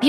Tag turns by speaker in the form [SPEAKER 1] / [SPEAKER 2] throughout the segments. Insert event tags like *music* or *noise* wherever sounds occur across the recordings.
[SPEAKER 1] 美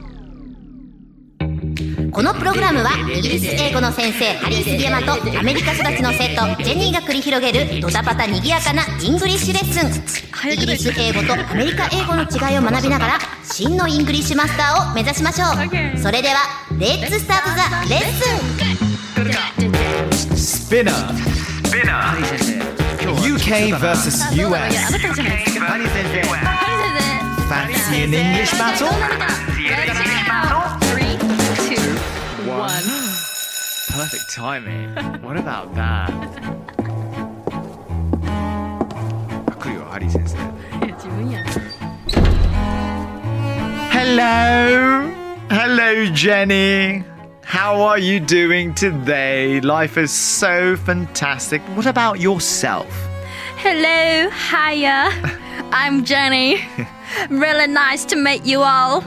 [SPEAKER 2] このプログラムはイギリス英語の先生ハリー杉山とアメリカ育ちの生徒ジェニーが繰り広げるドタパタにぎやかなイングリッシュレッスンイギリス英語とアメリカ英語の違いを学びながら真のイングリッシュマスターを目指しましょうそれではレッツスタートザレッスン
[SPEAKER 3] Spinner. UK versus US. Fancy an English battle? One. Perfect timing. What about that? あ来るよハリー先生。Hello! Hello, Jenny! How are you doing today? Life is so fantastic. What about yourself?
[SPEAKER 4] Hello, hiya. I'm Jenny. Really nice to meet you all.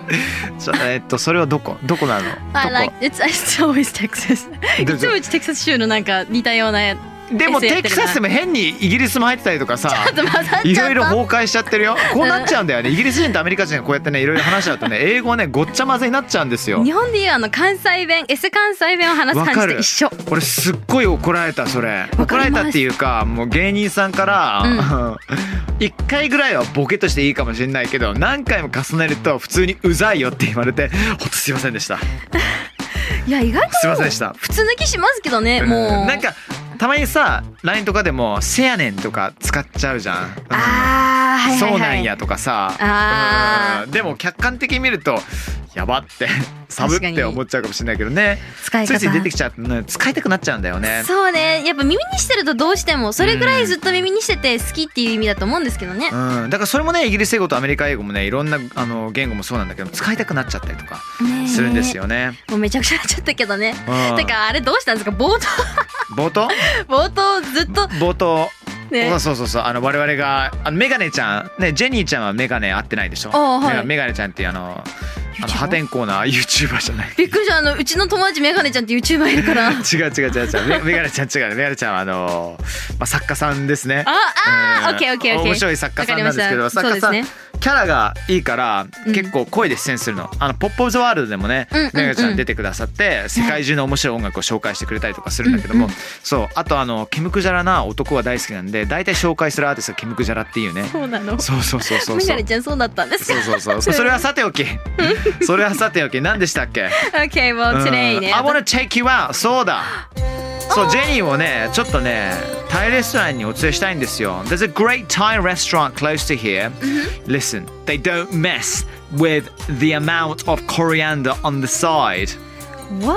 [SPEAKER 3] そえっと、それはどこどこなのどこ
[SPEAKER 4] I like it's, it's always Texas. い
[SPEAKER 3] どうぞ
[SPEAKER 4] つもうちテキサス州のなんか似たようなや
[SPEAKER 3] でも
[SPEAKER 4] S や
[SPEAKER 3] テ
[SPEAKER 4] って
[SPEAKER 3] キ
[SPEAKER 4] るな
[SPEAKER 3] サスでも変にイギリスも入ってたりとかさ
[SPEAKER 4] と混ざっちゃった
[SPEAKER 3] いろいろ崩壊しちゃってるよこうなっちゃうんだよねイギリス人とアメリカ人がこうやってねいろいろ話しちゃうとね英語はねごっちゃ混ぜになっちゃうんですよ
[SPEAKER 4] 日本でいうあの関西弁 S 関西弁を話す
[SPEAKER 3] わ
[SPEAKER 4] 感
[SPEAKER 3] か
[SPEAKER 4] じ
[SPEAKER 3] る
[SPEAKER 4] と一緒。
[SPEAKER 3] 俺すっごい怒られたそれ
[SPEAKER 4] ます
[SPEAKER 3] 怒られたっていうかもう芸人さんから、
[SPEAKER 4] う
[SPEAKER 3] *laughs*
[SPEAKER 4] ん
[SPEAKER 3] 一回ぐらいはボケとしていいかもしれないけど何回も重ねると普通にうざいよって言われてほんとすいませんでした
[SPEAKER 4] いや意外と
[SPEAKER 3] すいませんでした
[SPEAKER 4] 普通抜きしますけどね。
[SPEAKER 3] うん
[SPEAKER 4] もう
[SPEAKER 3] なんかたまにさ LINE とかでも「せやねん」とか使っちゃうじゃん、うん
[SPEAKER 4] ああはいはいはい。
[SPEAKER 3] そうなんやとかさ
[SPEAKER 4] あー
[SPEAKER 3] うんでも客観的に見るとやばって
[SPEAKER 4] *laughs*
[SPEAKER 3] サブっ
[SPEAKER 4] 確かに
[SPEAKER 3] て思っちゃうかもしれないけどね
[SPEAKER 4] 使い
[SPEAKER 3] つい
[SPEAKER 4] 方。
[SPEAKER 3] つい出てきちゃうとね使いたくなっちゃうんだよね
[SPEAKER 4] そうねやっぱ耳にしてるとどうしてもそれぐらいずっと耳にしてて好きっていう意味だと思うんですけどね
[SPEAKER 3] う、ん、だからそれもねイギリス英語とアメリカ英語もねいろんなあの言語もそうなんだけど使いたくなっちゃったりとか
[SPEAKER 4] ねえ
[SPEAKER 3] するんですよね。
[SPEAKER 4] もうめちゃくちゃになっちゃったけどね
[SPEAKER 3] うん
[SPEAKER 4] だからあれどうしたんですか冒頭 *laughs*
[SPEAKER 3] 冒頭
[SPEAKER 4] 冒頭ずっと
[SPEAKER 3] 冒頭、
[SPEAKER 4] ね
[SPEAKER 3] そうそうそうそうあの我々があのメガネちゃんねジェニーちゃんはメガネ合ってないでしょ、
[SPEAKER 4] あはい
[SPEAKER 3] メガメガネちゃんっていうあのあの
[SPEAKER 4] YouTuber？
[SPEAKER 3] 破天荒な YouTuber じゃない
[SPEAKER 4] びっくりしたあのうちの友達メガネちゃんって YouTuber いる
[SPEAKER 3] *laughs*
[SPEAKER 4] からあ
[SPEAKER 3] 違う違う違う違うメメガネちゃん違うねメガネちゃんはあの、まあ、作家さんですね
[SPEAKER 4] あ
[SPEAKER 3] う
[SPEAKER 4] ー
[SPEAKER 3] ん
[SPEAKER 4] オッケーオッケーオッケー
[SPEAKER 3] 面白い作家さんなんですけど
[SPEAKER 4] わか
[SPEAKER 3] 作
[SPEAKER 4] りま
[SPEAKER 3] 家
[SPEAKER 4] し
[SPEAKER 3] さ
[SPEAKER 4] たそ
[SPEAKER 3] ん、
[SPEAKER 4] うですね
[SPEAKER 3] キャラがいいから
[SPEAKER 4] うん
[SPEAKER 3] 結構声で出演するの、あのポップオブザワールドでもね、
[SPEAKER 4] うんうんうん
[SPEAKER 3] メガちゃん出てくださって世界中の面白い音楽を紹介してくれたりとかするんだけども、そうあとあのケムクジャラな男が大好きなんで大体紹介するアーティストがケムクジャラっていうね
[SPEAKER 4] そうなの
[SPEAKER 3] そうそうそうそう
[SPEAKER 4] メ
[SPEAKER 3] そ
[SPEAKER 4] ガ
[SPEAKER 3] う
[SPEAKER 4] ネちゃんそうだったんです
[SPEAKER 3] そうそうそうそれはさておきそれはさておき何でしたっけ
[SPEAKER 4] OK もう today ね
[SPEAKER 3] うん I wanna take you out そうだそうジェニーをねちょっとねタイレストランにお連れしたいんですよ There's a great Thai restaurant close to here Listen they don't mess with the amount of coriander on the side
[SPEAKER 4] What?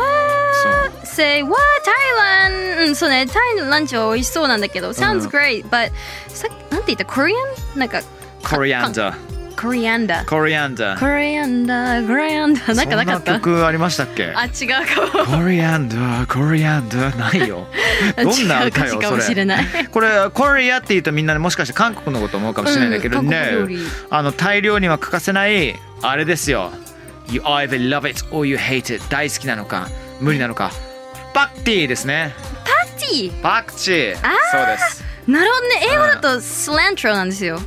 [SPEAKER 4] Say what? Thailand うんそうねタイのランチは美味しそうなんだけど Sounds great but さなんて言った Korean? なんか
[SPEAKER 3] Coriander
[SPEAKER 4] Coriander
[SPEAKER 3] Coriander
[SPEAKER 4] コリアンダー、コリアンダ
[SPEAKER 3] *laughs*
[SPEAKER 4] ー、なんかなか
[SPEAKER 3] そ
[SPEAKER 4] っ
[SPEAKER 3] んな
[SPEAKER 4] た。
[SPEAKER 3] 曲ありましたっけ
[SPEAKER 4] あ、違うかも。
[SPEAKER 3] Coriander Coriander ない
[SPEAKER 4] *laughs*
[SPEAKER 3] よどんな歌
[SPEAKER 4] 違う
[SPEAKER 3] よ
[SPEAKER 4] 歌詞かも
[SPEAKER 3] そ
[SPEAKER 4] しれ
[SPEAKER 3] れ
[SPEAKER 4] ない。
[SPEAKER 3] これコリアって言うとみんなねもしかして韓国のこと思うかもしれないんだけど、
[SPEAKER 4] うん韓国料
[SPEAKER 3] No
[SPEAKER 4] 理
[SPEAKER 3] あの大量には欠かせないあれですよ You either love it or you hate it 大好きなのか無理なのかパクティーですね
[SPEAKER 4] ティー
[SPEAKER 3] パクチー
[SPEAKER 4] あー
[SPEAKER 3] そうです
[SPEAKER 4] なるほどね。英語だとスラントロなんですよ。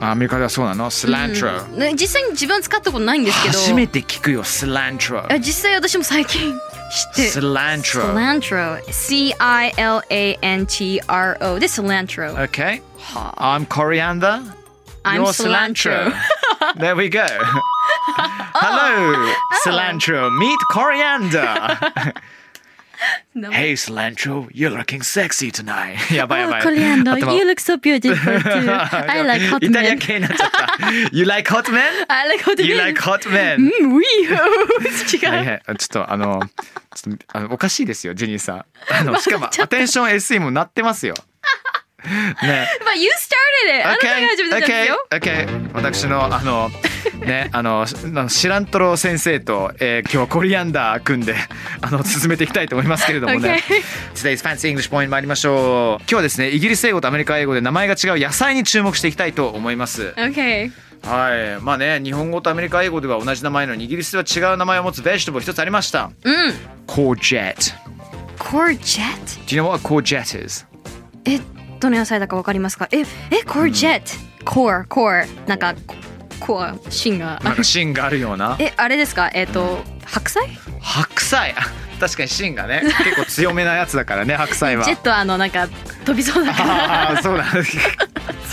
[SPEAKER 3] あアメリカではそうなのスラントロ、
[SPEAKER 4] うんね実際に自分は使ったことないんですけど。
[SPEAKER 3] 初め
[SPEAKER 4] て。
[SPEAKER 3] て聞くよスラントロ
[SPEAKER 4] 実際私も最近知って。
[SPEAKER 3] スラントロ
[SPEAKER 4] スラントロ。C-I-L-A-N-T-R-O でスラントロ。
[SPEAKER 3] Okay I'm coriander
[SPEAKER 4] I'm
[SPEAKER 3] You're
[SPEAKER 4] cilantro. *laughs*
[SPEAKER 3] There we go Hello
[SPEAKER 4] Oh,
[SPEAKER 3] cilantro Meet coriander *laughs* Hey cilantro, you're looking sexy
[SPEAKER 4] *laughs*
[SPEAKER 3] tonight. Oh, やばいやばい。
[SPEAKER 4] コリアンダー、
[SPEAKER 3] 頭
[SPEAKER 4] *laughs* You look so beautiful
[SPEAKER 3] *laughs*
[SPEAKER 4] too. I like hot
[SPEAKER 3] イタリア
[SPEAKER 4] men.
[SPEAKER 3] 系になっちゃった。You *laughs* like hot men?
[SPEAKER 4] *laughs* I like hot men.
[SPEAKER 3] You like hot
[SPEAKER 4] う
[SPEAKER 3] men?
[SPEAKER 4] ん、ウィ *laughs* ー違
[SPEAKER 3] 大
[SPEAKER 4] う。
[SPEAKER 3] 変ちょっとあのちょっとあのおかしいですよジェニーさん。あ
[SPEAKER 4] *laughs*
[SPEAKER 3] のしかも
[SPEAKER 4] ちょ
[SPEAKER 3] ア
[SPEAKER 4] っと
[SPEAKER 3] テンション SE もなってます
[SPEAKER 4] *laughs*
[SPEAKER 3] よ。ね。
[SPEAKER 4] まあ、You started it. あなたが始めたんですよ。 *laughs*
[SPEAKER 3] Okay, okay. 私のあのね、あのしあのシラントロ先生と、えー、今日はコリアンダー組んで *laughs* あの進めていきたいと思いますけれどもね。Today's Fancy English Point 参りましょう。今日はですねイギリス英語とアメリカ英語で名前が違う野菜に注目していきたいと思います。
[SPEAKER 4] Okay.
[SPEAKER 3] はい、まあね日本語とアメリカ英語では同じ名前なのにイギリスでは違う名前を持つベジタブル一つありました。
[SPEAKER 4] Mm.
[SPEAKER 3] Courgette.
[SPEAKER 4] Courgette?
[SPEAKER 3] Do you know what a courgette is?
[SPEAKER 4] え、どの野菜だかわかりますかえ、え、courgette。core、core。なんか、コア、芯が。
[SPEAKER 3] なんか芯があるような。
[SPEAKER 4] え、あれですかえっと、白菜
[SPEAKER 3] 白菜。確かに芯がね結構強めなやつだからね白菜は
[SPEAKER 4] ジェ。ットあの、なんか、飛びそう
[SPEAKER 3] *laughs*
[SPEAKER 4] だから。
[SPEAKER 3] ああそうなんです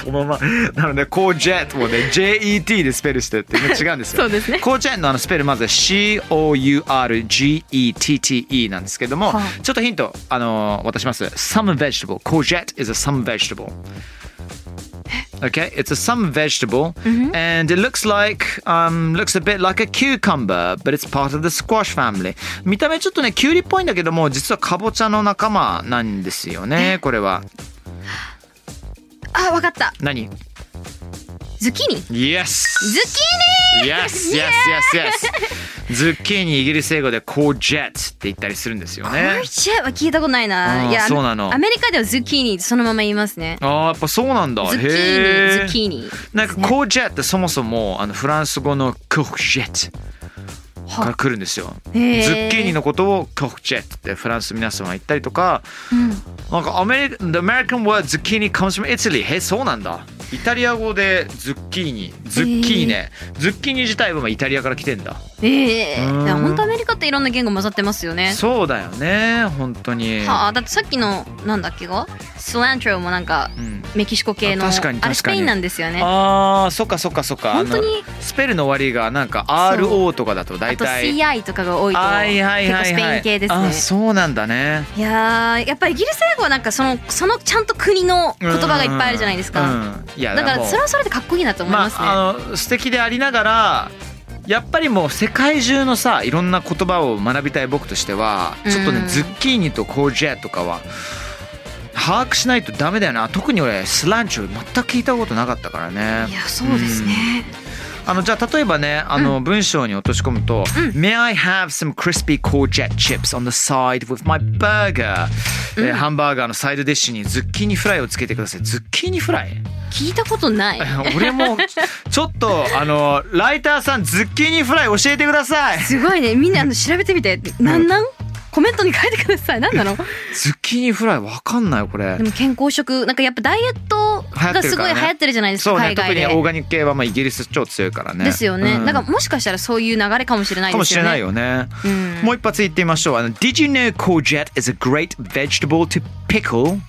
[SPEAKER 3] そのままなのでコージェットもね JET でスペルしてって、ね、違うんですよ
[SPEAKER 4] そうですね
[SPEAKER 3] コージェットのあのスペルまず COURGETTE なんですけども、
[SPEAKER 4] はい
[SPEAKER 3] ちょっとヒントあのー渡します Summer vegetable コージェット is a summer vegetable Okay, it's a summer vegetable, and it looks like um, looks a bit like a cucumber, but it's part of the squash family. 見た目ちょっとねキュウリっぽいんだけども、実はカボチャの仲間なんですよね。これは
[SPEAKER 4] あ、わかった。
[SPEAKER 3] 何
[SPEAKER 4] ズッキーニ。
[SPEAKER 3] Yes.
[SPEAKER 4] ズッキーニ
[SPEAKER 3] Yes, yes,
[SPEAKER 4] *laughs*
[SPEAKER 3] yes, yes. ズッキーニイギリス英語でコージェットって言ったりするんですよね。
[SPEAKER 4] courgette は聞いたことない
[SPEAKER 3] あ
[SPEAKER 4] な。
[SPEAKER 3] ー
[SPEAKER 4] いや、
[SPEAKER 3] そうなの
[SPEAKER 4] アメリカではズッキーニそのまま言いますね。
[SPEAKER 3] ああ、やっぱそうなんだ。
[SPEAKER 4] ズッキーニ、ズ
[SPEAKER 3] へ
[SPEAKER 4] ッ
[SPEAKER 3] え。
[SPEAKER 4] キーニ。
[SPEAKER 3] なんかコージェットってそもそもあのフランス語のコージェットから来るんですよ。ズ
[SPEAKER 4] ズ
[SPEAKER 3] ッキーニのことをコージェットってフランスの皆さんは言ったりとか、なんかアメリカ The American word ズッキーニ comes from Italy へえそうなんだイタリア語でズッキーニズッキーネ、ズッキーニ自体はまあイタリアから来てんだ
[SPEAKER 4] ええ
[SPEAKER 3] うん
[SPEAKER 4] ー、本当アメリカっていろんな言語混ざってますよね。
[SPEAKER 3] そうだよね本当に、
[SPEAKER 4] はあ、だってさっきのなんだっけがスラントロもなんか
[SPEAKER 3] うん、
[SPEAKER 4] メキシコ系の
[SPEAKER 3] あ確かに
[SPEAKER 4] あれス
[SPEAKER 3] 確か
[SPEAKER 4] ペ
[SPEAKER 3] に
[SPEAKER 4] インなんですよね。あ
[SPEAKER 3] あーそっかそっかそっかあの
[SPEAKER 4] 本当に
[SPEAKER 3] スペルの終わりがなんか RO とかだと大
[SPEAKER 4] と
[SPEAKER 3] 体
[SPEAKER 4] CI とかが多いと
[SPEAKER 3] はいはい
[SPEAKER 4] 結
[SPEAKER 3] はい
[SPEAKER 4] 構スペ
[SPEAKER 3] は
[SPEAKER 4] イ
[SPEAKER 3] い
[SPEAKER 4] ン系で
[SPEAKER 3] あ
[SPEAKER 4] す
[SPEAKER 3] そ
[SPEAKER 4] ね。
[SPEAKER 3] うなんだね
[SPEAKER 4] いやーやっぱりイギリス英語はなんかそのそのちゃんと国の言葉がいっぱいあるじゃないです
[SPEAKER 3] うん
[SPEAKER 4] か。
[SPEAKER 3] うんいや
[SPEAKER 4] だか
[SPEAKER 3] もう
[SPEAKER 4] らそれはそれでかっこいいなと思い
[SPEAKER 3] ま
[SPEAKER 4] ますね。
[SPEAKER 3] ああの素敵でありながらやっぱりもう世界中のさいろんな言葉を学びたい僕としてはちょっと
[SPEAKER 4] う
[SPEAKER 3] ね
[SPEAKER 4] ん
[SPEAKER 3] ズッキーニとコージェとかは把握しないとダメだよな特に俺スランチョ全く聞いたことなかったからね
[SPEAKER 4] いやそうですね。
[SPEAKER 3] あのじゃあ例えばねあの文章に落とし込むと、May I have some crispy courgette chips on the side with my burger、えーハンバーガーのサイドディッシュにズッキーニフライをつけてくださいズッキーニフライ
[SPEAKER 4] 聞いたことない。
[SPEAKER 3] *laughs* 俺もちょっとあのライターさんズッキーニフライ教えてください
[SPEAKER 4] すごいねみんなあの調べてみて。なんなん？コメントに書いてください。なんなの？
[SPEAKER 3] ズッキーニフライわかんないこれ
[SPEAKER 4] でも健康食なんかやっぱダイエットがすごい流行ってるじゃないですか
[SPEAKER 3] そうね
[SPEAKER 4] 海
[SPEAKER 3] 特
[SPEAKER 4] 外
[SPEAKER 3] に
[SPEAKER 4] で。
[SPEAKER 3] オーガニック系はまあイギリス超強いからね
[SPEAKER 4] ですよね、
[SPEAKER 3] うん
[SPEAKER 4] なんかもしかしたらそういう流れかもしれない
[SPEAKER 3] かも
[SPEAKER 4] で
[SPEAKER 3] し
[SPEAKER 4] す
[SPEAKER 3] れ
[SPEAKER 4] よね。
[SPEAKER 3] ないよね、
[SPEAKER 4] うん
[SPEAKER 3] もう一発言ってみましょうあの Did you know courgette is a great vegetable to pickle?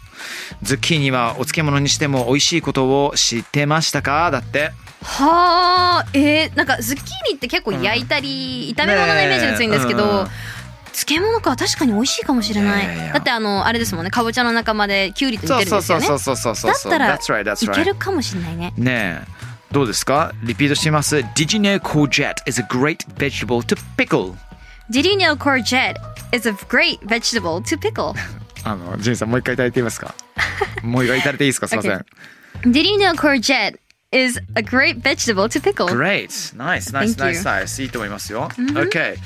[SPEAKER 3] ズッキーニはお漬物にしても美味しいことを知ってましたかだって
[SPEAKER 4] はあ、えー、なんかズッキーニって結構焼いたり、炒め物のイメージが強いんですけど、
[SPEAKER 3] ねえうん
[SPEAKER 4] 漬物か確かに美味しいかもしれない。
[SPEAKER 3] いやいやいや
[SPEAKER 4] だってあのあれですもんね、かぼちゃの仲間できゅうりと
[SPEAKER 3] そう
[SPEAKER 4] 似てるん
[SPEAKER 3] そう
[SPEAKER 4] です
[SPEAKER 3] そ
[SPEAKER 4] よ
[SPEAKER 3] う
[SPEAKER 4] ね。
[SPEAKER 3] そうそうそうそう
[SPEAKER 4] だったら
[SPEAKER 3] That's right, that's
[SPEAKER 4] いけ
[SPEAKER 3] right
[SPEAKER 4] るかもしれないね。
[SPEAKER 3] ねえどうですかリピートします Did you know courgette is a great vegetable to pickle?
[SPEAKER 4] Did you know courgette is a great vegetable to pickle?
[SPEAKER 3] あのジェンさんもう一回いただいています
[SPEAKER 4] *laughs*
[SPEAKER 3] かもう一回いただいていいですかすいません、
[SPEAKER 4] Okay. Did you know courgette is a great vegetable to pickle?
[SPEAKER 3] Great! Nice, nice,
[SPEAKER 4] Oh. Thank
[SPEAKER 3] nice,
[SPEAKER 4] you. Mm-hmm.
[SPEAKER 3] nice いいと思いますよ、Okay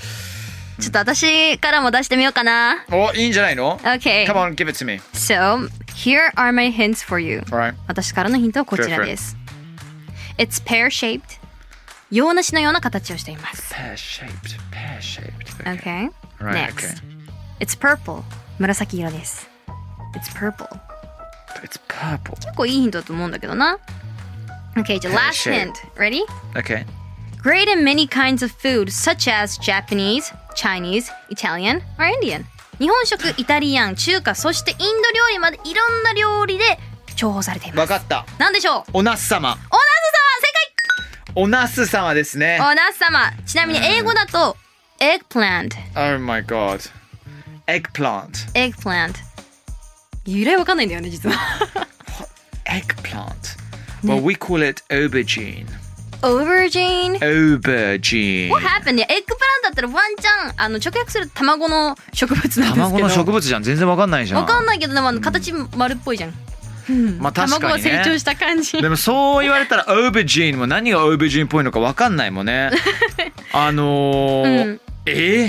[SPEAKER 4] ちょっと私からも出してみようかな。
[SPEAKER 3] お Oh, いいんじゃないの
[SPEAKER 4] Okay.
[SPEAKER 3] Come on, give it to me
[SPEAKER 4] So, here are my hints for you.
[SPEAKER 3] Alright
[SPEAKER 4] 私からのヒントはこちらです。It's pear shaped. 洋梨のような形をしています。
[SPEAKER 3] pear shaped, pear shaped.
[SPEAKER 4] Okay.
[SPEAKER 3] Right,
[SPEAKER 4] Next. It's purple. 紫色です。It's purple.
[SPEAKER 3] It's purple.
[SPEAKER 4] 結構いいヒントだと思うんだけどな。Okay, じゃあ last hint.
[SPEAKER 3] Pear-shaped.
[SPEAKER 4] Ready?
[SPEAKER 3] Okay.
[SPEAKER 4] Great in many kinds of food, such as Japanese, Chinese, Italian, or Indian. 日本食、イタリアン、中華、そしてインド料理までいろんな料理で重宝されていま
[SPEAKER 3] わ
[SPEAKER 4] す。
[SPEAKER 3] かった。
[SPEAKER 4] なんでしょう
[SPEAKER 3] おなす様。
[SPEAKER 4] おなす様正解
[SPEAKER 3] おなす様ですね。
[SPEAKER 4] おナス様ちなみに英語だと eggplant
[SPEAKER 3] Oh my god. Eggplant.
[SPEAKER 4] eggplant 由来わかんないんだよね実は
[SPEAKER 3] Eggplant. Well, we call it aubergine.
[SPEAKER 4] aubergine
[SPEAKER 3] Aubergine.
[SPEAKER 4] what happened いやエッグプラントだったらワンチャンあの直訳すると卵の植物なんですけど
[SPEAKER 3] 卵の植物じゃん。全然わかんないじゃん。
[SPEAKER 4] わかんないけどでもあの形丸っぽいじゃん
[SPEAKER 3] まあ確
[SPEAKER 4] 卵
[SPEAKER 3] か
[SPEAKER 4] が
[SPEAKER 3] に
[SPEAKER 4] 成
[SPEAKER 3] ね
[SPEAKER 4] 長した感 *laughs* じ
[SPEAKER 3] でもそう言われたらオーベジーンも何がオーベジーンっぽいのかわかんないもん
[SPEAKER 4] *laughs*
[SPEAKER 3] ねあのー
[SPEAKER 4] うん
[SPEAKER 3] えー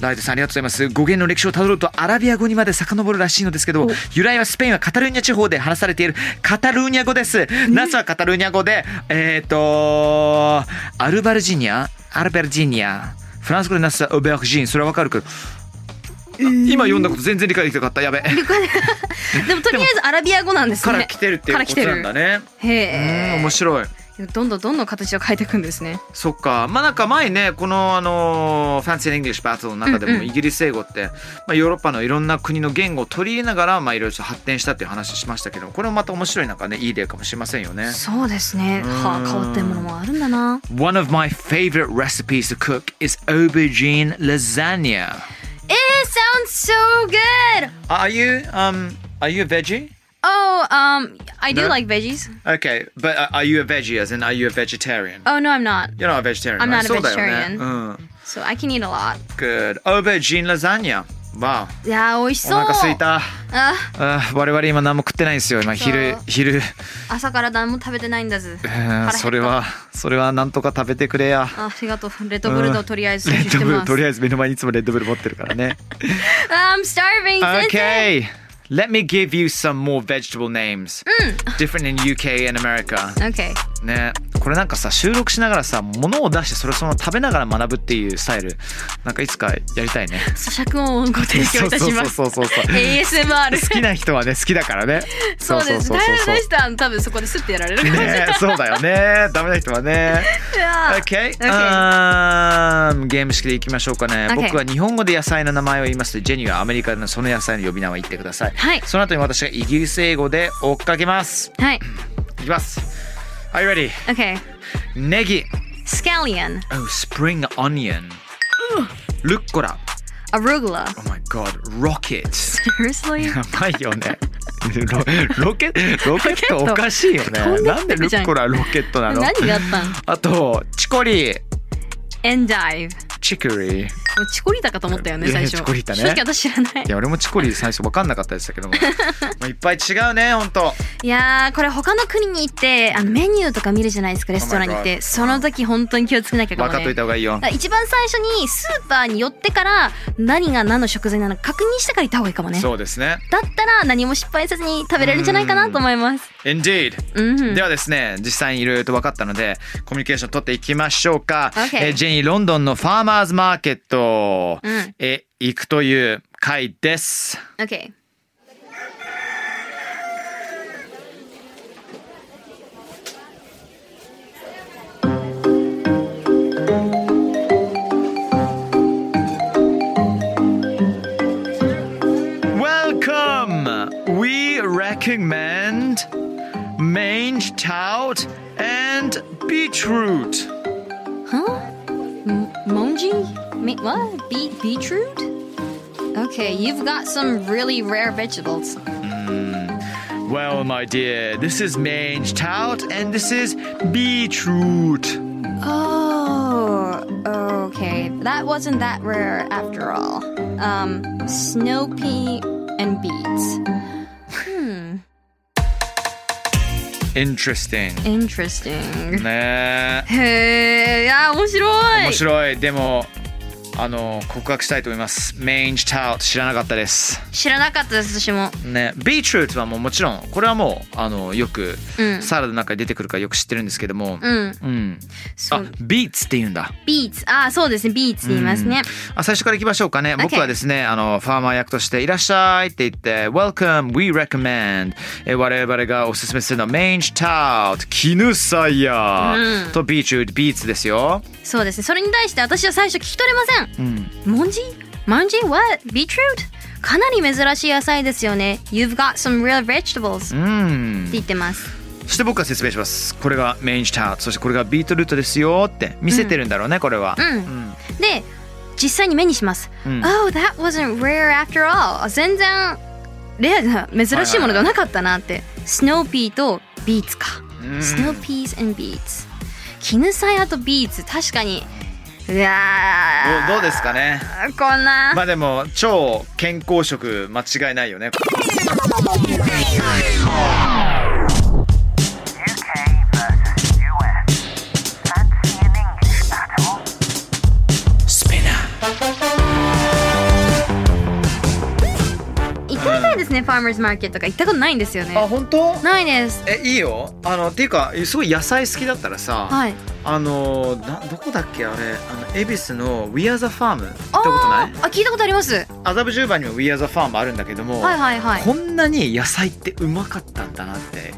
[SPEAKER 3] ライトさんありがとうございます語源の歴史をたどるとアラビア語にまで遡るらしいのですけど由来はスペインはカタルーニャ地方で話されているカタルーニャ語です、ナスはカタルーニャ語でえっ、とアルバルジニアアルバルジニアフランス語でナスはオベアフジーンそれはわかるけど、今読んだこと全然理解できなかったやべ
[SPEAKER 4] でもとりあえずアラビア語なんです
[SPEAKER 3] か
[SPEAKER 4] ね
[SPEAKER 3] ら来てるっていう
[SPEAKER 4] から
[SPEAKER 3] こ
[SPEAKER 4] 来
[SPEAKER 3] と
[SPEAKER 4] てる
[SPEAKER 3] なんだねうん
[SPEAKER 4] へ
[SPEAKER 3] 面白い
[SPEAKER 4] えどんどんどんどん形を変えていくんですね
[SPEAKER 3] そっかまあなんか前ねこのあのファンシー・イングリッシュ・バトルの中で
[SPEAKER 4] うん
[SPEAKER 3] も
[SPEAKER 4] うん
[SPEAKER 3] イギリス英語って、まあ、ヨーロッパのいろんな国の言語を取り入れながらまあいろいろと発展したっていう話しましたけどこれもまた面白いなんかねいい例かもしれませんよね。
[SPEAKER 4] そうですねはあ変わってるものもあるんだな
[SPEAKER 3] One of my favorite recipes to cook is aubergine lasagna.
[SPEAKER 4] えー sounds so good
[SPEAKER 3] Are you um are you a veggie?
[SPEAKER 4] Oh, um, I do
[SPEAKER 3] No?
[SPEAKER 4] like veggies.
[SPEAKER 3] Okay, but uh, are you a veggie as in are you a vegetarian?
[SPEAKER 4] Oh, no, I'm not.
[SPEAKER 3] You're not a vegetarian.
[SPEAKER 4] I'm
[SPEAKER 3] right?
[SPEAKER 4] not a
[SPEAKER 3] そうだよね
[SPEAKER 4] vegetarian.
[SPEAKER 3] うん。
[SPEAKER 4] So I can eat a lot.
[SPEAKER 3] Good. Aubergine lasagna. Wow.
[SPEAKER 4] いやー、美味し
[SPEAKER 3] お
[SPEAKER 4] そう。
[SPEAKER 3] 腹すいた。
[SPEAKER 4] あ
[SPEAKER 3] あー我々今何も食ってないんですよ今昼
[SPEAKER 4] そう
[SPEAKER 3] 昼、
[SPEAKER 4] 朝から何も食べてないんだず。
[SPEAKER 3] えー
[SPEAKER 4] 減った
[SPEAKER 3] それはそれはなんとか食べてくれや
[SPEAKER 4] あありがとう。レッドブルのとりあえず
[SPEAKER 3] レ
[SPEAKER 4] 摂
[SPEAKER 3] ッ
[SPEAKER 4] 取
[SPEAKER 3] ド
[SPEAKER 4] して
[SPEAKER 3] ブル
[SPEAKER 4] ま
[SPEAKER 3] とり
[SPEAKER 4] す。
[SPEAKER 3] あえず目の前にいつもレッドブル持ってるから
[SPEAKER 4] *laughs*
[SPEAKER 3] ね
[SPEAKER 4] I'm starving. 先生
[SPEAKER 3] Okay Let me give you some more vegetable names、different in UK and America
[SPEAKER 4] Okay.
[SPEAKER 3] ねこれなんかさ収録しながらさ物を出してそれをその食べながら学ぶっていうスタイルなんかいつかやりたいね
[SPEAKER 4] 咀嚼音をご提供いたします。
[SPEAKER 3] そうそうそうそうそう
[SPEAKER 4] ASMR。
[SPEAKER 3] 好きな人はね好きだからね
[SPEAKER 4] そうです。大変でした。多分そこでスッてやられる感じ。
[SPEAKER 3] ねそうだよねダメな人はね
[SPEAKER 4] いやー
[SPEAKER 3] OK、
[SPEAKER 4] Okay
[SPEAKER 3] あーゲーム式でいきましょうかね、
[SPEAKER 4] Okay
[SPEAKER 3] 僕は日本語で野菜の名前を言いますとジェニーはアメリカのその野菜の呼び名を言ってください、
[SPEAKER 4] はい
[SPEAKER 3] その後に私がイギリス英語で追っかけます
[SPEAKER 4] はい。
[SPEAKER 3] いきます Are you ready?
[SPEAKER 4] Okay.
[SPEAKER 3] ネギ
[SPEAKER 4] Scallion,
[SPEAKER 3] Oh, spring onion ルッコラ
[SPEAKER 4] arugula.
[SPEAKER 3] Oh my god, *laughs* rocket
[SPEAKER 4] Seriously?
[SPEAKER 3] やばいよねロロケロケットおかしいよ
[SPEAKER 4] 飛
[SPEAKER 3] ね
[SPEAKER 4] んで
[SPEAKER 3] なんで
[SPEAKER 4] きて
[SPEAKER 3] ル
[SPEAKER 4] るじゃん
[SPEAKER 3] ッコラロケットな
[SPEAKER 4] 何
[SPEAKER 3] の
[SPEAKER 4] があったん
[SPEAKER 3] あとチコリ
[SPEAKER 4] ?Endive。
[SPEAKER 3] チクリ
[SPEAKER 4] もうチコリタかと思ったよね、
[SPEAKER 3] ね
[SPEAKER 4] 最初。
[SPEAKER 3] チコリタね
[SPEAKER 4] 正直私知らない
[SPEAKER 3] い。や俺もチコリー最初分かんなかったで
[SPEAKER 4] *laughs*
[SPEAKER 3] したけどもまあいっぱい違うねほんと
[SPEAKER 4] いやーこれ他の国に行ってあのメニューとか見るじゃないですかレストランに行っ
[SPEAKER 3] Oh my
[SPEAKER 4] て
[SPEAKER 3] God
[SPEAKER 4] その時本当に気をつけなきゃか
[SPEAKER 3] 分
[SPEAKER 4] も
[SPEAKER 3] かっとい
[SPEAKER 4] ね
[SPEAKER 3] た方がいいよ
[SPEAKER 4] だから一番最初にスーパーに寄ってから何が何の食材なのか確認してから行った方がいいかもねだ
[SPEAKER 3] そうですね
[SPEAKER 4] ったら何も失敗せずに食べれるんじゃないかなと思います
[SPEAKER 3] Indeed
[SPEAKER 4] うんうん
[SPEAKER 3] ではですね実際にいろいろと分かったのでコミュニケーション取っていきましょうか、
[SPEAKER 4] Okay
[SPEAKER 3] えージェニーロンドンのファーマーズマーケット
[SPEAKER 4] うん
[SPEAKER 3] へ行くという回です
[SPEAKER 4] OK
[SPEAKER 3] Welcome! We recommend mange tout and beetroot
[SPEAKER 4] はモンジー What? Be beetroot? Okay, you've got some really rare vegetables.
[SPEAKER 3] Well, my dear, this is mange tout and this is beetroot.
[SPEAKER 4] Oh, okay. That wasn't that rare after all. Um, snow pea and beets.
[SPEAKER 3] Interesting.
[SPEAKER 4] Interesting. *laughs*
[SPEAKER 3] ねえ
[SPEAKER 4] へえ、いや、面白い。
[SPEAKER 3] 面白い。でも、あの、告白したいと思います。mange tout 知らなかったです。
[SPEAKER 4] 知らなかったです、私も。
[SPEAKER 3] ね、beetroot はもうもちろん、これはもう、あの、よく
[SPEAKER 4] うん。
[SPEAKER 3] サラダの中に出てくるからよく知ってるんですけども、
[SPEAKER 4] うん。
[SPEAKER 3] うん。
[SPEAKER 4] そ
[SPEAKER 3] あ
[SPEAKER 4] う、
[SPEAKER 3] beets って言うんだ。
[SPEAKER 4] ビーツ。あ、そうですね、ビーツ言いますね。
[SPEAKER 3] あ最初から行きましょうかね。僕はですね、あの、ファーマー役として、いらっしゃいって言って、Welcome, we recommend. えー我々がおすすめするのは、メインチタウト、絹さや、
[SPEAKER 4] うん
[SPEAKER 3] とビーチュー、ビーツですよ。
[SPEAKER 4] そうですね。それに対して私は最初聞き取れません。モンジマンジ What? Beetroot? かなり珍しい野菜ですよね。You've got some real vegetables.
[SPEAKER 3] う
[SPEAKER 4] って
[SPEAKER 3] ん。
[SPEAKER 4] 言ってます。
[SPEAKER 3] そして僕が説明します。これがメインチタウト、そしてこれがビートルートですよって見せてるんだろうね、これは。
[SPEAKER 4] うん、で実際に目にします、
[SPEAKER 3] ん
[SPEAKER 4] Oh that wasn't rare after all 全然レアな珍しいものではなかったなって、スノーピーとビーツか、スノーピーズ and ビーツ絹さやとビーツ確かにうわー
[SPEAKER 3] どうどうですかね。
[SPEAKER 4] こんな、
[SPEAKER 3] まあでも、超健康食、間違いないよね。
[SPEAKER 4] 行ってみたいですね、ファーマーズマーケットが行ったことないんですよ
[SPEAKER 3] あ
[SPEAKER 4] ね
[SPEAKER 3] 本当
[SPEAKER 4] ないです
[SPEAKER 3] えいいよあのっていうかすごい野菜好きだったらさ、
[SPEAKER 4] はい
[SPEAKER 3] あのなどこだっけあれあの恵比寿の We Are the Farm 行った
[SPEAKER 4] あ
[SPEAKER 3] ことない
[SPEAKER 4] ーあ聞いたことあります
[SPEAKER 3] 麻布十番にも We Are the Farm あるんだけども、
[SPEAKER 4] はいはいはい
[SPEAKER 3] こんなに野菜ってうまかったんだなって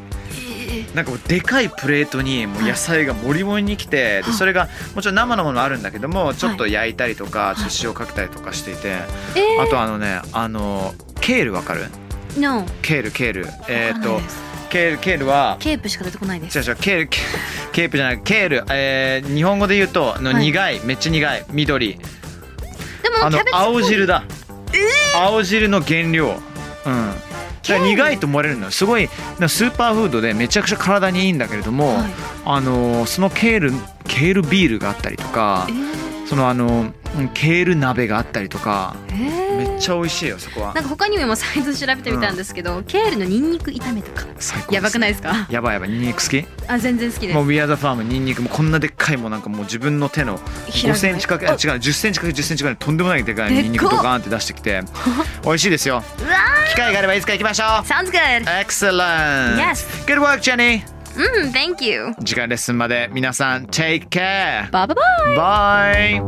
[SPEAKER 3] なんかもうでかいプレートにもう野菜がもりもりに来てでそれがもちろん生のものあるんだけどもちょっと焼いたりとかちょっと塩かけたりとかしていて
[SPEAKER 4] え
[SPEAKER 3] あとあのねあのケールわかる
[SPEAKER 4] ー、No
[SPEAKER 3] ケールケールえーっ
[SPEAKER 4] わ
[SPEAKER 3] と
[SPEAKER 4] かんない
[SPEAKER 3] ケー
[SPEAKER 4] です
[SPEAKER 3] ルケールは
[SPEAKER 4] ケープしか出てこないで
[SPEAKER 3] 違
[SPEAKER 4] す
[SPEAKER 3] う違うケールケケープじゃないケール、えー、日本語で言うとあの
[SPEAKER 4] はい
[SPEAKER 3] 苦い、めっちゃ苦い緑
[SPEAKER 4] でも
[SPEAKER 3] あの
[SPEAKER 4] キャベツっぽい
[SPEAKER 3] 青汁だ、青汁の原料うんだから苦いと思われるのすごいなスーパーフードでめちゃくちゃ体にいいんだけれども、
[SPEAKER 4] はい
[SPEAKER 3] あのーそのケールケールビールがあったりとか
[SPEAKER 4] えー
[SPEAKER 3] そのあのーうんケール鍋があったりとか
[SPEAKER 4] えー
[SPEAKER 3] めっちゃ美味しいよそこは
[SPEAKER 4] なんか他にも今サイズ調べてみたんですけど、ケールのニンニク炒めとか
[SPEAKER 3] 最高です
[SPEAKER 4] やばくないですか
[SPEAKER 3] やばいやばいニンニク好き
[SPEAKER 4] あ全然好きです
[SPEAKER 3] もうウィアーザファームニンニクもこんなでっかいもうなんかもう自分の手の
[SPEAKER 4] 開
[SPEAKER 3] 5
[SPEAKER 4] く
[SPEAKER 3] センチかけあ違う10センチかけ10センチぐらいのとんでもないでかい
[SPEAKER 4] でっこ
[SPEAKER 3] ニンニクドカーンって出してきて *laughs* 美味しいですよ
[SPEAKER 4] うわ
[SPEAKER 3] 機会があればいつか行きましょう
[SPEAKER 4] ー Sounds good
[SPEAKER 3] Excellent
[SPEAKER 4] Yes
[SPEAKER 3] Good work Jenny
[SPEAKER 4] うん Thank you
[SPEAKER 3] 次回レッスンまで皆さん Take care
[SPEAKER 4] バババ
[SPEAKER 3] Bye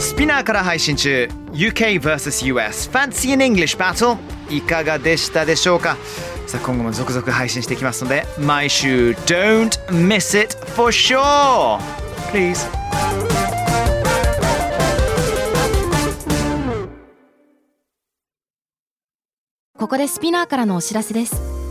[SPEAKER 3] スピナーから配信中 UK vs.US Fancy in English Battle いかがでしたでしょうかさあ今後も続々配信していきますので毎週 Don't miss it for sure Please